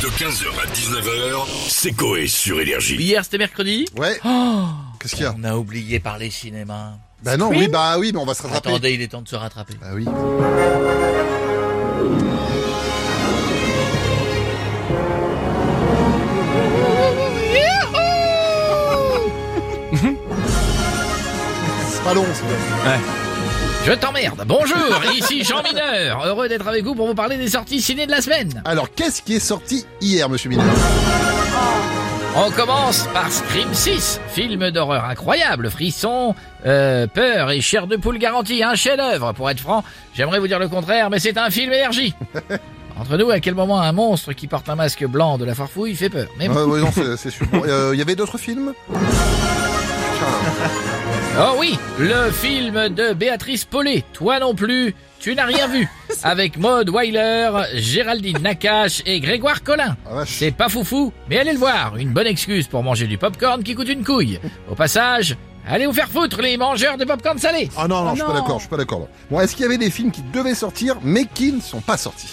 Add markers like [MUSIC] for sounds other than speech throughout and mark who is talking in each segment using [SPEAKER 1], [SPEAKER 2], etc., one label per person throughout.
[SPEAKER 1] De 15h à 19h, c'est Coé sur Énergie.
[SPEAKER 2] Hier, c'était mercredi.
[SPEAKER 3] Ouais. Qu'est-ce qu'il y a
[SPEAKER 2] On a oublié parler cinéma.
[SPEAKER 3] Bah non, oui, bah oui, mais on va se rattraper.
[SPEAKER 2] Attendez, il est temps de se rattraper.
[SPEAKER 3] Bah oui. C'est pas long, c'est vrai.
[SPEAKER 2] Je t'emmerde. Bonjour, ici Jean Mineur. Heureux d'être avec vous pour vous parler des sorties ciné de la semaine.
[SPEAKER 3] Alors, qu'est-ce qui est sorti hier, monsieur Minet
[SPEAKER 2] On commence par Scream 6, film d'horreur incroyable, frisson, euh, peur et chair de poule garantie, un chef-d'œuvre. Pour être franc, j'aimerais vous dire le contraire, mais c'est un film
[SPEAKER 3] [LAUGHS]
[SPEAKER 2] énergie. Entre nous, à quel moment un monstre qui porte un masque blanc de la farfouille fait peur Mais bon.
[SPEAKER 3] Ouais, ouais, Ah, bah non, c'est c'est sûr. Bon, euh, Il y avait d'autres films
[SPEAKER 2] Oh oui, le film de Béatrice Paulet, toi non plus, tu n'as rien vu, avec Maud Weiler, Géraldine Nakache et Grégoire Collin.
[SPEAKER 3] Ah, vache.
[SPEAKER 2] C'est pas foufou, mais allez le voir, une bonne excuse pour manger du popcorn qui coûte une couille. Au passage, allez vous faire foutre les mangeurs de popcorn salé.
[SPEAKER 3] Ah non, non, je suis pas d'accord, je suis pas d'accord. Bon, est-ce qu'il y avait des films qui devaient sortir, mais qui ne sont pas sortis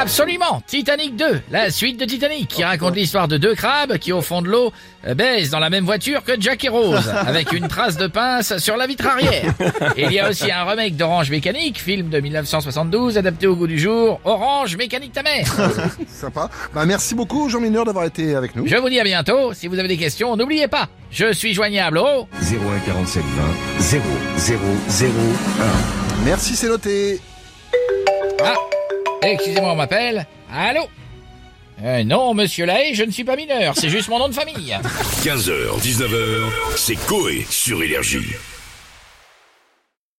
[SPEAKER 2] Absolument, Titanic 2, la suite de Titanic, qui raconte l'histoire de deux crabes qui, au fond de l'eau, euh, baissent dans la même voiture que Jack et Rose, avec une trace de pince sur la vitre arrière. Il y a aussi un remake d'Orange Mécanique, film de 1972, adapté au goût du jour, Orange Mécanique ta mère.
[SPEAKER 3] Sympa. Bah merci beaucoup, Jean Mineur, d'avoir été avec nous.
[SPEAKER 2] Je vous dis à bientôt, si vous avez des questions, n'oubliez pas, je suis joignable au...
[SPEAKER 4] 01 47 20 0 0 0 1.
[SPEAKER 3] Merci, c'est noté.
[SPEAKER 2] Ah, excusez-moi, on m'appelle. Allô Euh, Non, monsieur Lahaye, je ne suis pas mineur, c'est juste mon nom de famille.
[SPEAKER 1] 15h, 19h, c'est Coé sur Énergie.